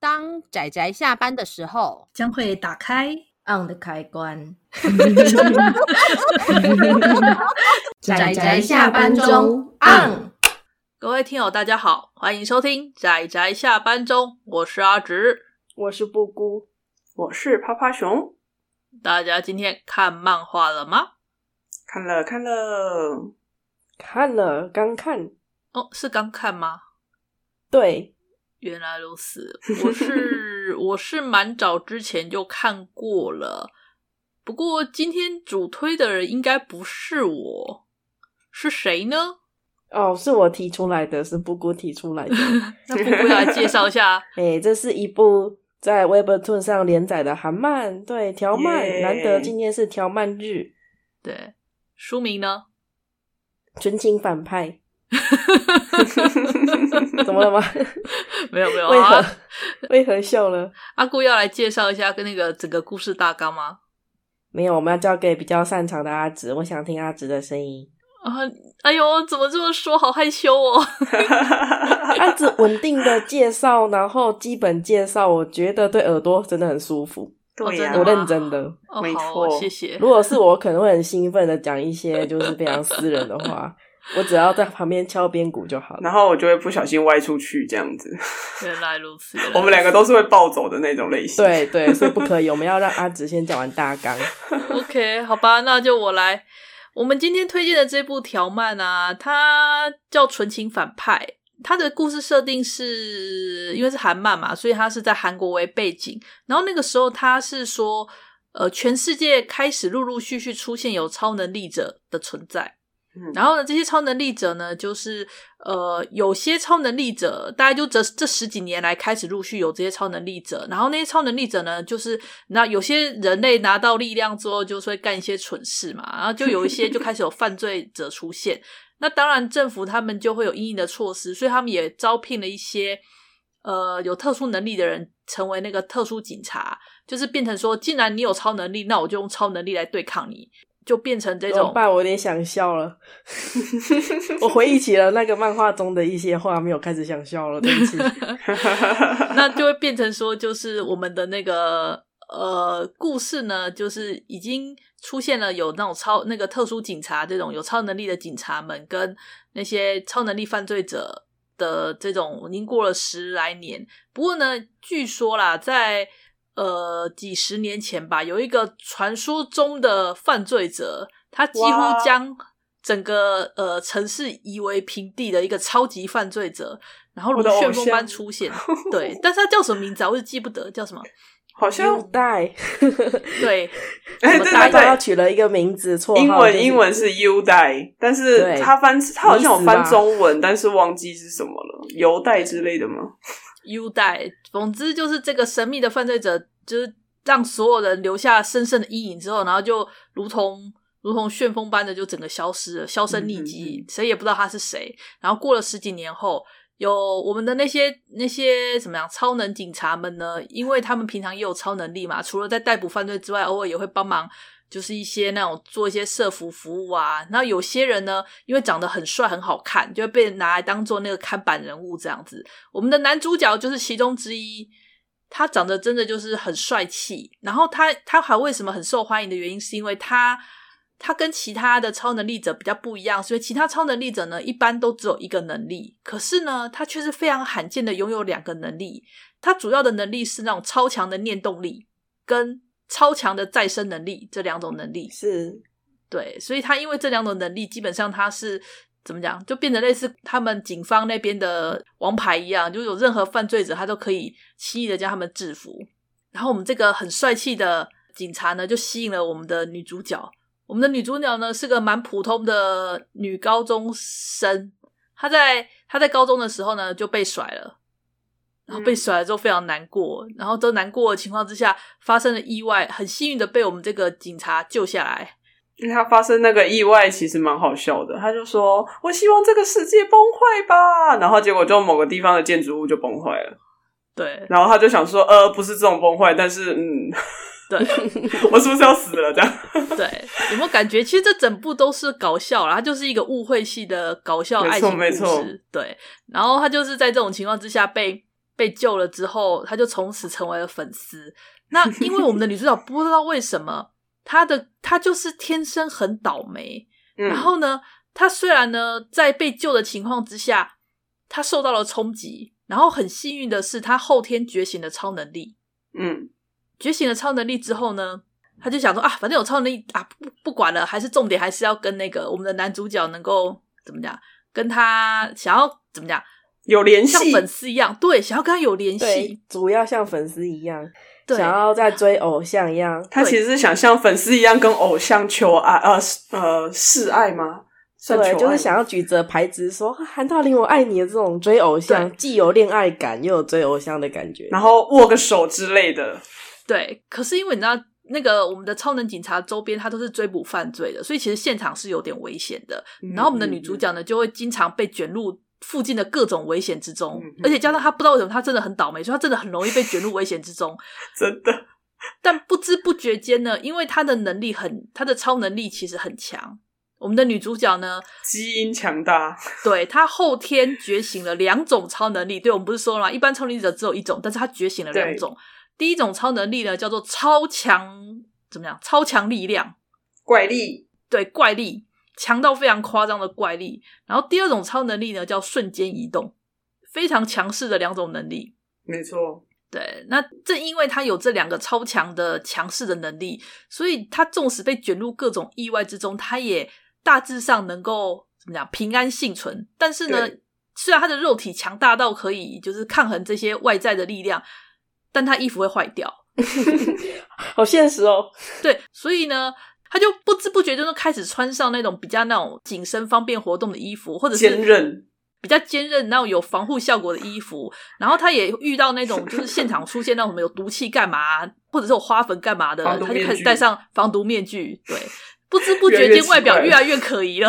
当仔仔下班的时候，将会打开。 on 的开关。宅宅下班中嗯 on。各位听友，大家好，欢迎收听《仔仔下班中》，我是阿直。我是布姑，我是趴趴熊，大家今天看漫画了吗？看了看了看了，刚看，哦，是刚看吗？ 对，原来如此，我是 我是蛮早之前就看过了，不过今天主推的人应该不是我，是谁呢？哦，是我提出来的，是布谷提出来的。 那姑姑来介绍一下。哎，这是一部在 Webtoon 上连载的韩漫，对，条漫耶难得今天是条漫日，对，书名呢？纯情反派，怎么了 吗？没有没有为何、啊，为何笑了？阿姑要来介绍一下跟那个整个故事大纲吗？没有，我们要交给比较擅长的阿直，我想听阿直的声音。啊，哎呦，怎么这么说？好害羞哦。阿直稳定的介绍，然后基本介绍，我觉得对耳朵真的很舒服。 对呀、真的我吗认真的，哦，没好错哦，谢谢如。果是我，可能会很兴奋的讲一些就是非常私人的话，我只要在旁边敲边鼓就好了。然后我就会不小心歪出去这样子。 原来如此。原来我们两个都是会暴走的那种类型。，对对，所以不可以，我们要让阿直先讲完大纲。 OK，好吧，那就我来。我们今天推荐的这部条漫啊，它叫《纯情反派》，它的故事设定是因为是韩漫嘛，所以它是在韩国为背景。然后那个时候，它是说，呃，全世界开始陆陆续续出现有超能力者的存在。嗯然后呢，这些超能力者呢，就是呃，有些超能力者，大概就这这十几年来开始陆续有这些超能力者。然后那些超能力者呢，就是那有些人类拿到力量之后，就是会干一些蠢事嘛。然后就有一些就开始有犯罪者出现。那当然，政府他们就会有应应的措施，所以他们也招聘了一些呃有特殊能力的人成为那个特殊警察，就是变成说，既然你有超能力，那我就用超能力来对抗你，就变成这怎么种办？我有点想笑了， 我回忆起了那个漫画中的一些画面，我开始想笑了，对不啊起。那就会变成说，就是我们的那个呃故事呢，就是已经出现了有那种超那个特殊警察这种有超能力的警察们，跟那些超能力犯罪者的这种，已经过了十来年。不过呢，据说啦，在呃几十年前吧，有一个传说中的犯罪者，他几哇乎将。整个呃城市夷为平地的一个超级犯罪者，然后如我的偶旋风般像出现，对，但是他叫什么名字啊？我也记不得叫什么。好 就像带，对，哎，怎么对大对家要对，取了一个名字绰号，英就文是英文是 U 代，但是对他翻他好像有意思翻吧中文，但是忘记是什么了，犹代之类的吗？ U 代，总之就是这个神秘的犯罪者，就是让所有人留下深深的阴影之后，然后就如同如同旋风般的就整个消失了，销声匿迹，嗯嗯谁也不知道他是谁。然后过了十几年后，有我们的那些那些怎么样超能警察们呢？因为他们平常也有超能力嘛，除了在逮捕犯罪之外，偶尔也会帮忙。就是一些那种做一些社服服务啊，那有些人呢，因为长得很帅很好看，就会被拿来当做那个看板人物这样子。我们的男主角就是其中之一，他长得真的就是很帅气。然后他他还为什么很受欢迎的原因，是因为他他跟其他的超能力者比较不一样，所以其他超能力者呢，一般都只有一个能力，可是呢，他却是非常罕见的拥有两个能力。他主要的能力是那种超强的念动力跟超强的再生能力这两种能力。是对，所以他因为这两种能力，基本上他是怎么讲，就变得类似他们警方那边的王牌一样，就有任何犯罪者，他都可以轻易的将他们制服。然后我们这个很帅气的警察呢，就吸引了我们的女主角。我们的女主角呢是个蛮普通的女高中生，她在她在高中的时候呢就被甩了，然后被甩了之后非常难过，然后都难过的情况之下发生了意外，很幸运的被我们这个警察救下来。因为他发生那个意外，其实蛮好笑的。他就说：“我希望这个世界崩坏吧。”然后结果就某个地方的建筑物就崩坏了。对然后他就想说：“呃，不是这种崩坏，但是嗯， 对我是不是要死了？”这样。对，有没有感觉？其实这整部都是搞笑啦，它就是一个误会系的搞笑爱情故没错没错事。对，然后他就是在这种情况之下被被救了之后，他就从此成为了粉丝。那因为我们的女主角不知道为什么，她的她就是天生很倒霉。嗯然后呢，她虽然呢在被救的情况之下，她受到了冲击，然后很幸运的是，她后天觉醒了超能力。嗯觉醒了超能力之后呢，她就想说啊，反正有超能力啊，不不管了，还是重点还是要跟那个我们的男主角能够怎么讲，跟他想要怎么讲，有联像系，粉丝一样，对，想要跟他有联系对，，主要像粉丝一样，对，想要在追偶像一样，他其实是想像粉丝一样跟偶像求爱，呃呃示爱吗？算求爱对，吗就是想要举着牌子说啊韩道林我爱你的这种追偶像，既有恋爱感又有追偶像的感觉。然后握个手之类的。对。可是因为你知道，那个我们的超能警察周边，他都是追捕犯罪的，所以其实现场是有点危险的。嗯然后我们的女主角呢，就会经常被卷入附近的各种危险之中嗯嗯，而且加上她不知道为什么她真的很倒霉，所以她真的很容易被卷入危险之中。真的，但不知不觉间呢，因为她的能力很，她的超能力其实很强。我们的女主角呢，基因强大，对她后天觉醒了两种超能力。对我们不是说了吗？一般超能力者只有一种，但是她觉醒了两种。第一种超能力呢，叫做超强，怎么样？超强力量，怪力，对，怪力，强到非常夸张的怪力。然后第二种超能力呢，叫瞬间移动，非常强势的两种能力。没错，对，那正因为他有这两个超强的强势的能力，所以他纵使被卷入各种意外之中，他也大致上能够怎么讲平安幸存。但是呢对，虽然他的肉体强大到可以就是抗衡这些外在的力量，但他衣服会坏掉。好现实哦，对，所以呢，他就不知不觉中就开始穿上那种比较那种紧身方便活动的衣服，或者是坚韧，比较坚韧，然后有防护效果的衣服，然后他也遇到那 种就是现场出现那种什么有毒气干嘛，或者是有花粉干嘛的，防毒他就开面始具戴上防毒面具，对，不知不觉越来越间奇怪外表了越来越可 疑了。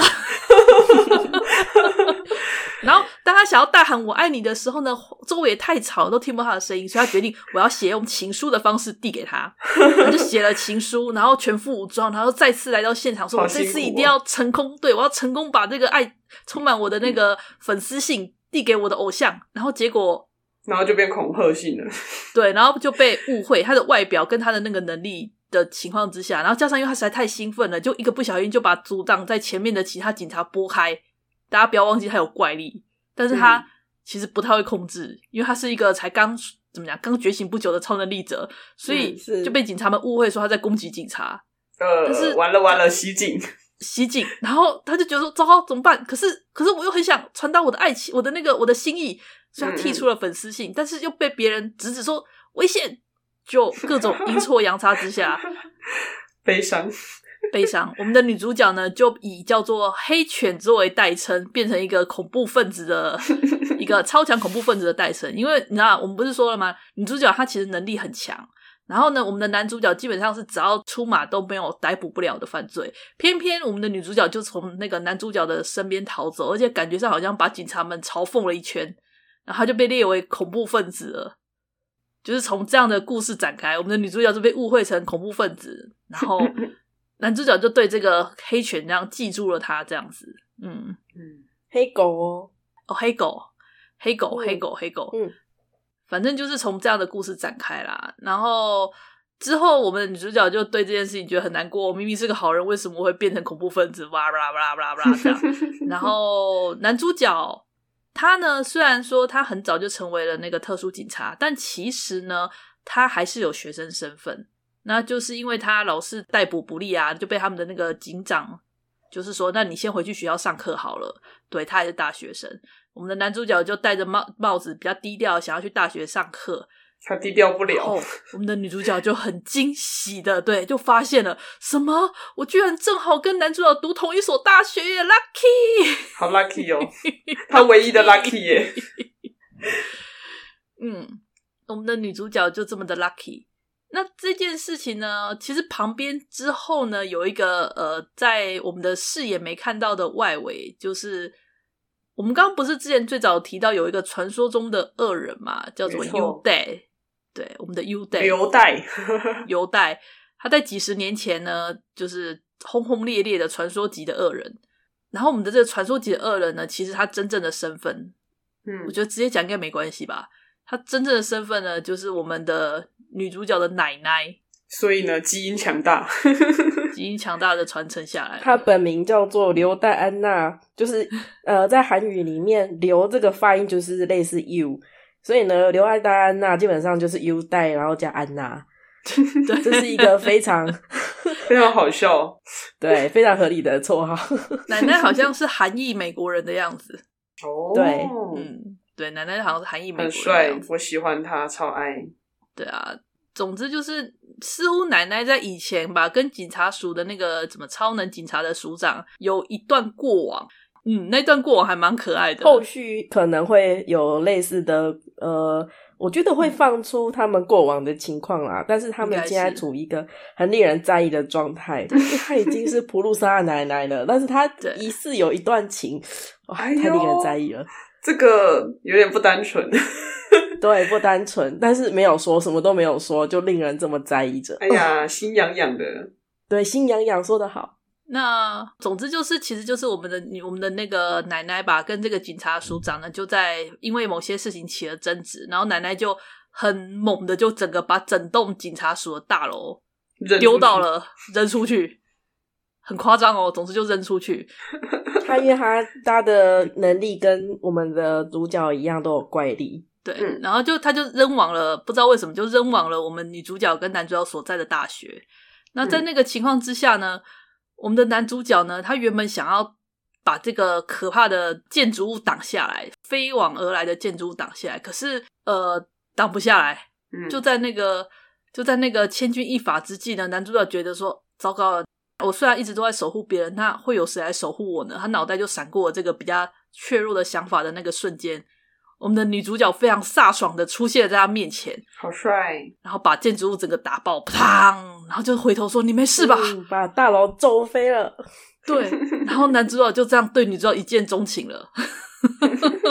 然后当他想要大喊“我爱你”的时候呢，周围也太吵，都听不到他的声音，所以他决定我要写用情书的方式递给他，他就写了情书，然后全副武装，然后再次来到现场，说好我这辛次苦一哦定要成功，对我要成功把这个爱充满我的那个粉丝信递给我的偶像，然后结果然后就变恐吓性了。对，然后就被误会他的外表跟他的那个能力。的情况之下，然后加上因为他实在太兴奋了，就一个不小心就把阻挡在前面的其他警察拨开。大家不要忘记他有怪力，但是他嗯其实不太会控制，因为他是一个才刚怎么讲刚觉醒不久的超能力者，所以嗯是就被警察们误会说他在攻击警察。呃，但是完了完了，袭警，袭警，然后他就觉得说糟糕怎么办？可是可是我又很想传达我的爱情，我的那个我的心意，所以嗯嗯他剔出了粉丝信，但是又被别人指指说危险，就各种阴错阳差之下 悲伤，悲伤。我们的女主角呢，就以叫做黑犬作为代称，变成一个恐怖分子的一个超强恐怖分子的代称。因为你知道，我们不是说了吗？女主角她其实能力很强。然后呢，我们的男主角基本上是只要出马都没有逮捕不了的犯罪，偏偏我们的女主角就从那个男主角的身边逃走，而且感觉上好像把警察们嘲讽了一圈，然后她就被列为恐怖分子了。就是从这样的故事展开，我们的女主角就被误会成恐怖分子，然后男主角就对这个黑犬这样记住了他这样子，嗯，嗯，黑狗哦，哦，黑狗，黑狗，嗯黑狗，黑狗，嗯，反正就是从这样的故事展开啦。然后之后，我们的女主角就对这件事情觉得很难过，我明明是个好人，为什么会变成恐怖分子？哇啦哇啦哇啦哇啦 这样。然后男主角他呢，虽然说他很早就成为了那个特殊警察，但其实呢，他还是有学生身份。那就是因为他老是逮捕不力啊，就被他们的那个警长就是说，那你先回去学校上课好了。对他还是大学生，我们的男主角就戴着帽帽子，比较低调，想要去大学上课。他低调不然了后，我们的女主角就很惊喜的，对，就发现了什么？我居然正好跟男主角读同一所大学耶，lucky！好 lucky 哦，他唯一的 lucky 耶，嗯，我们的女主角就这么的 lucky。那这件事情呢，其实旁边之后呢，有一个呃，在我们的视野没看到的外围，就是我们刚刚不是之前最早提到有一个传说中的恶人嘛，叫做没错 U Day，对，我们的 U Day 刘代，犹代，他在几十年前呢，就是轰轰烈烈的传说级的恶人。然后我们的这个传说级的恶人呢，其实他真正的身份，嗯我，觉得直接讲应该没关系吧，她真正的身份呢，就是我们的女主角的奶奶， 所以呢，基因强大， 基因强大的传承下来了。她本名叫做刘黛安娜，就是呃，在韩语里面“刘”这个发音就是类似 “you”，所以呢，刘爱黛安娜基本上就是 “you 黛”，然后加安娜，对这是一个非常 非常好笑。对非常合理的绰号。 奶奶好像是韩裔美国人的样子，哦对嗯，对，奶奶好像是韩裔美很国人的帅样，子，我喜欢他，超爱。对啊。总之就是，似乎奶奶在以前吧，跟警察署的那个什么超能警察的署长有一段过往，嗯，那段过往还蛮可爱的。后续可能会有类似的，呃，我觉得会放出他们过往的情况啦。但是他嗯应们该现在是处于一个很令人在意的状态，因为他已经是普鲁萨的奶奶 了，但是他对疑似有一段情，哇，哎太呦令人在意了。这个有点不单纯， 对，不单纯，但是没有说，什么都没有说，就令人这么在意着。哎哦呀，心痒痒的。对，心痒痒说的好，那总之就是，其实就是我们的女，我们的那个奶奶吧，跟这个警察署长呢，就在因为某些事情起了争执，然后奶奶就很猛的就整个把整栋警察署的大楼扔丢出到去，了扔出去，很夸张哦。总之就扔出去，他因为他他的能力跟我们的主角一样，都有怪力。对，嗯然后就他就扔往了，不知道为什么就扔往了我们女主角跟男主角所在的大学。那在那个情况之下呢，我们的男主角呢，他原本想要把这个可怕的建筑物挡下来，飞往而来的建筑物挡下来，可是呃挡不下来，嗯就在那个就在那个千钧一发之际呢，男主角觉得说糟糕了，我虽然一直都在守护别人，那会有谁来守护我呢？他脑袋就闪过了这个比较怯弱的想法的那个瞬间，我们的女主角非常飒爽的出现在他面前，好帅，然后把建筑物整个打爆，砰！然后就回头说：“你没事吧嗯把大楼揍飞了。？”对，然后男主角就这样对女主角一见钟情了。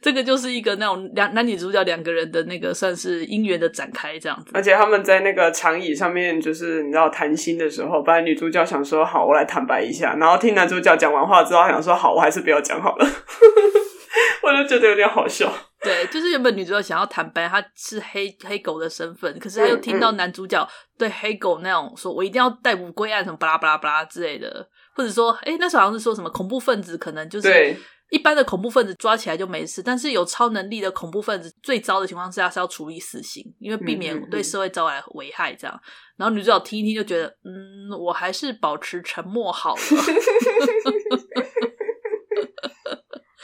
这个就是一个那种两男女主角两个人的那个算是姻缘的展开，这样子。而且他们在那个长椅上面，就是你知道谈心的时候，本来女主角想说好，我来坦白一下，然后听男主角讲完话之后，她想说好，我还是不要讲好了， 我就觉得有点好笑。对，就是原本女主角想要坦白她是黑黑狗的身份，可是她又嗯听到男主角对黑狗那种说“我一定要逮捕归案”什么巴拉巴拉巴拉之类的，或者说，诶，那时候好像是说什么恐怖分子可能就是对一般的恐怖分子抓起来就没事，但是有超能力的恐怖分子最糟的情况下是要处以死刑，因为避嗯嗯免嗯对社会招来危害这样。然后女主角听一听就觉得，嗯，我还是保持沉默好了。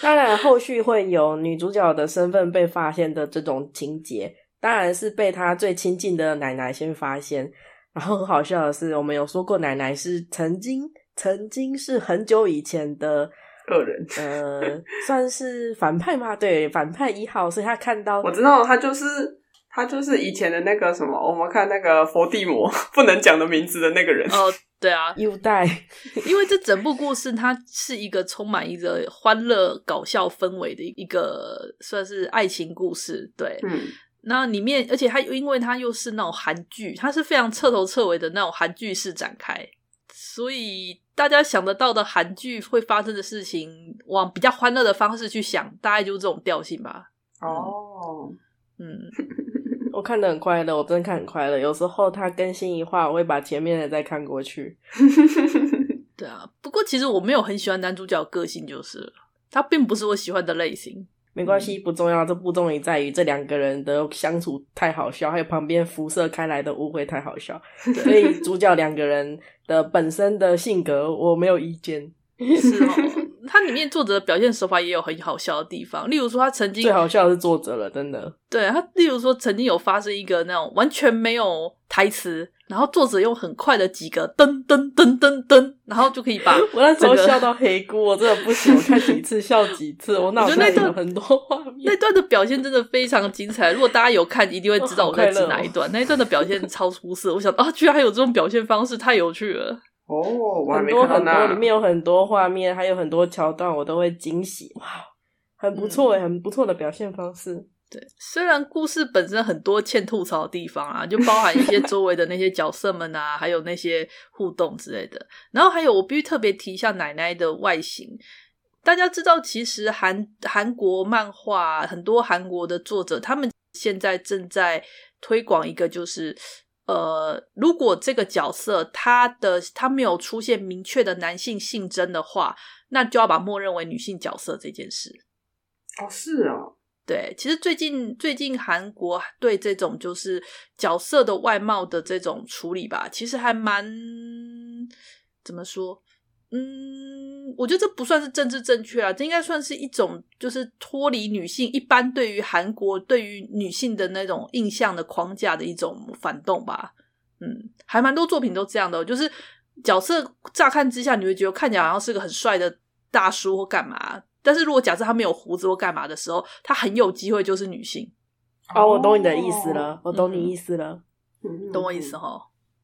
当然，后续会有女主角的身份被发现的这种情节，当然是被她最亲近的奶奶先发现。然后很好笑的是，我们有说过，奶奶是曾经曾经是很久以前的恶人，呃，算是反派吗？对，反派一号，所以她看到我知道他就是他就是以前的那个什么，我们看那个伏地魔不能讲的名字的那个人，哦，对啊，优待， 因为这整部故事它是一个充满一个欢乐搞笑氛围的一个算是爱情故事，对。嗯，那里面，而且它因为它又是那种韩剧，它是非常彻头彻尾的那种韩剧式展开，所以大家想得到的韩剧会发生的事情，往比较欢乐的方式去想，大概就是这种调性吧。哦，嗯，我看的很快乐，我真的看得很快乐。有时候她更新一话，我会把前面的再看过去。对啊。不过其实我没有很喜欢男主角的个性，就是了，他并不是我喜欢的类型。没关系，不重要。这不重于在于这两个人的相处太好笑，还有旁边辐射开来的误会太好 笑。所以主角两个人的本身的性格我没有意见。是哦，它里面作者的表现手法也有很好笑的地方，例如说他曾经最好笑的是作者了，真的。对他，例如说曾经有发生一个那种完全没有台词，然后作者用很快的几个噔噔噔噔噔，然后就可以 把我那时候整个笑到黑姑，我真的不行，我看几次笑几次，我脑我觉子得那里段有很多画面那。段的表现真的非常精彩。如果大家有看，一定会知道哦好我在快指乐哪一哦段。那一段的表现超出色，我想啊，居然还有这种表现方式，太有趣了。 哦，我还很没多看到很多，那，里面有很多画面，还有很多桥段，我都会惊喜。哇，很不错诶、很不错的表现方式。对，虽然故事本身很多欠吐槽的地方啊，就包含一些周围的那些角色们啊，还有那些互动之类的。然后还有，我必须特别提一下奶奶的外形。大家知道，其实韩韩国漫画很多韩国的作者，他们现在正在推广一个，就是呃，如果这个角色他的他没有出现明确的男性性征的话，那就要把默认为女性角色这件事。哦，是哦，对，其实最近最近韩国对这种就是角色的外貌的这种处理吧，其实还蛮怎么说？嗯，我觉得这不算是政治正确啊，这应该算是一种就是脱离女性一般对于韩国对于女性的那种印象的框架的一种反动吧。嗯，还蛮多作品都这样的哦、就是角色乍看之下你会觉得看起来好像是个很帅的大叔或干嘛，但是如果假设他没有胡子或干嘛的时候，他很有机会就是女性，哦，我懂你的意思了，我懂你意思了，嗯，懂我意思哦哈？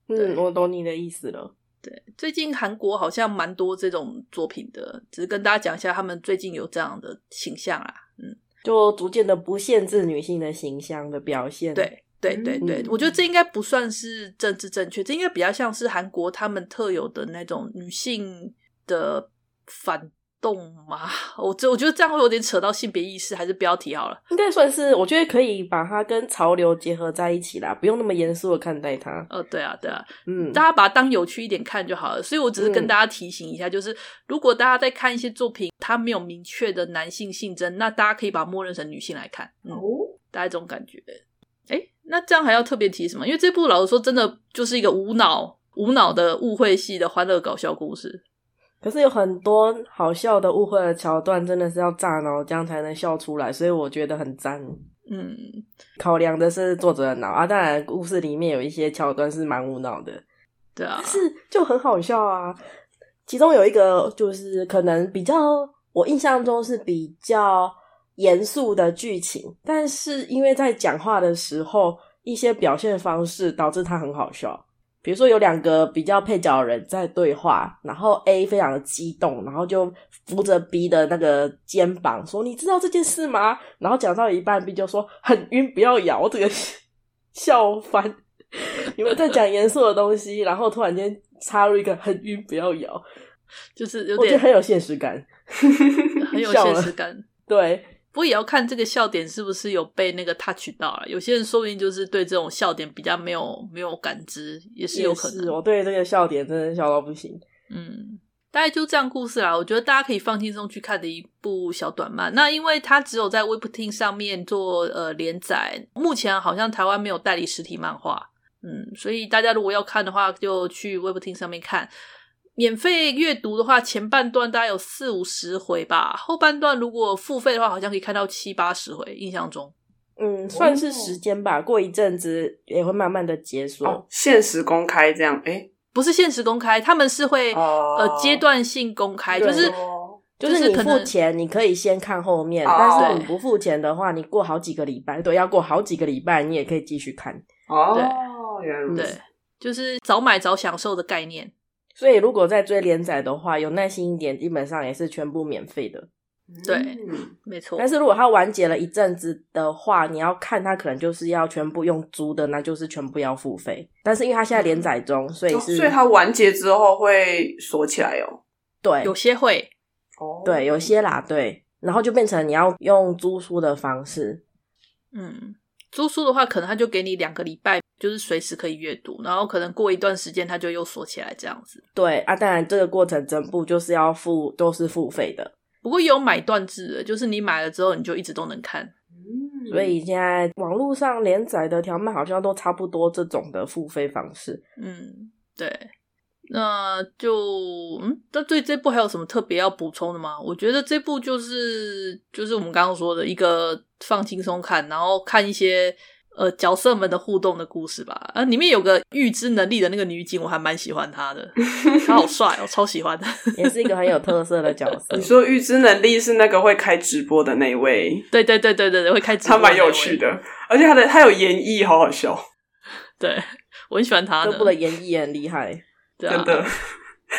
对嗯，我懂你的意思了。对，最近韩国好像蛮多这种作品的，只是跟大家讲一下，他们最近有这样的倾向啦。嗯，就逐渐的不限制女性的形象的表现。，对，对，对，对，嗯我觉得这应该不算是政治正确，这应该比较像是韩国他们特有的那种女性的反动嘛。我这我觉得这样会有点扯到性别意识，还是不要提好了。应该算是，我觉得可以把它跟潮流结合在一起啦，不用那么严肃的看待它。呃，对啊，对啊，嗯，大家把它当有趣一点看就好了。所以我只是跟大家提醒一下，就是如果大家在看一些作品，它没有明确的男性性征，那大家可以把它默认成女性来看。嗯，哦大概这种感觉。哎，那这样还要特别提什么？因为这部老实说，真的就是一个无脑、无脑的误会系的欢乐搞笑故事。可是有很多好笑的误会的桥段，真的是要炸脑这样才能笑出来，所以我觉得很赞。嗯，考量的是作者的脑啊，当然故事里面有一些桥段是蛮无脑的，对啊但，是就很好笑啊。其中有一个就是可能比较，我印象中是比较严肃的剧情，但是因为在讲话的时候一些表现方式导致它很好笑。比如说有两个比较配角的人在对话，然后 A 非常的激动，然后就扶着 B 的那个肩膀说：“你知道这件事吗？”然后讲到一半，B 就说：“很晕，不要咬。”我整个笑翻。你们在讲严肃的东西，然后突然间插入一个“很晕，不要咬就是”，有我觉得点很有现实感。很有笑啊现了实感。对，不过也要看这个笑点是不是有被那个 touch 到啊了。有些人说不定就是对这种笑点比较没有没有感知，也是有可能也是。哦我对这个笑点真的笑到不行。嗯，大概就这样故事啦。我觉得大家可以放轻松去看的一部小短漫。那因为它只有在 w e b t i n 上面做呃连载，目前好像台湾没有代理实体漫画，嗯，所以大家如果要看的话，就去 w e b t i n 上面看。免费阅读的话，前半段大概有四五十回吧，后半段如果付费的话，好像可以看到七八十回，印象中。嗯，算是时间吧，过一阵子也会慢慢的解锁。哦，限时公开这样，哎、不是限时公开，他们是会、哦呃阶段性公开，对就是哦就是你可付能钱，你可以先看后面，哦但是你不付钱的话，你过好几个礼拜，对，要过好几个礼拜，你也可以继续看。哦，原来如此对，就是早买早享受的概念。所以如果在追连载的话，有耐心一点，基本上也是全部免费的。对嗯没错，但是如果它完结了一阵子的话，你要看它可能就是要全部用租的，那就是全部要付费。但是因为它现在连载中，所以哦是、所以它完结之后会锁起来哦。对有些会，哦，对有些啦，对，然后就变成你要用租书的方式，嗯，租书的话，可能他就给你两个礼拜，就是随时可以阅读，然后可能过一段时间他就又锁起来这样子。对啊，当然这个过程整部就是要付都是付费的，不过也有买断制的，就是你买了之后你就一直都能看。嗯。所以现在网络上连载的条漫好像都差不多这种的付费方式。嗯，对。那就嗯，那对这部还有什么特别要补充的吗？我觉得这部就是就是我们刚刚说的一个放轻松看，然后看一些呃角色们的互动的故事吧。啊，里面有个预知能力的那个女警，我还蛮喜欢她的，她好帅哦，超喜欢的。 也是一个很有特色的角 色你说预知能力是那个会开直播的那一位，对对对对对对，会开直播他的那位，蛮有趣的，而且他的他有演绎，好好笑，对，我很喜欢他这呢部的演绎也很厉害，对啊真的。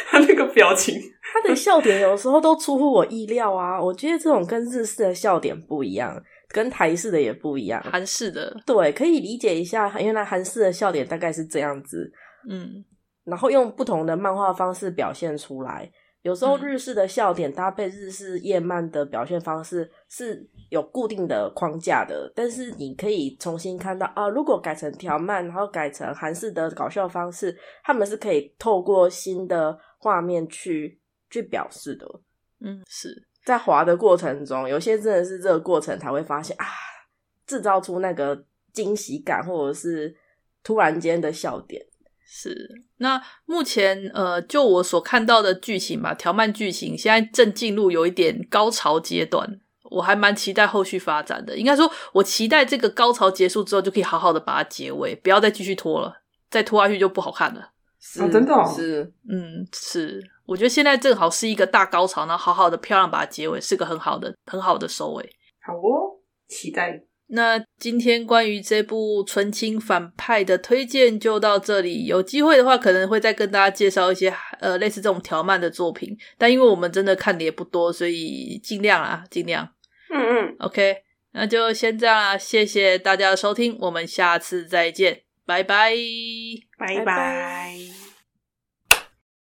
他那个表情，他 的笑点有时候都出乎我意料啊！我觉得这种跟日式的笑点不一样，跟台式的也不一样。韩式的，对，可以理解一下，原来韩式的笑点大概是这样子，嗯，然后用不同的漫画方式表现出来。有时候嗯日式的笑点搭配日式夜漫的表现方式是有固定的框架的，但是你可以重新看到啊，如果改成条漫，然后改成韩式的搞笑方式，他们是可以透过新的画面去去表示的。嗯，是，在滑的过程中，有些真的是这个过程才会发现啊，制造出那个惊喜感，或者是突然间的笑点。是，那目前呃，就我所看到的剧情吧，条漫剧情现在正进入有一点高潮阶段，我还蛮期待后续发展的。应该说，我期待这个高潮结束之后，就可以好好的把它结尾，不要再继续拖了，再拖下去就不好看了。是、啊真的哦是嗯，是，我觉得现在正好是一个大高潮，然后好好的漂亮把它结尾，是个很好的很好的收尾。好哦，期待。那今天关于这部纯情反派的推荐就到这里，有机会的话可能会再跟大家介绍一些呃类似这种条漫的作品，但因为我们真的看的也不多，所以尽量啊，尽量。嗯嗯， OK，那就先这样啦，谢谢大家的收听，我们下次再见，拜拜。拜拜拜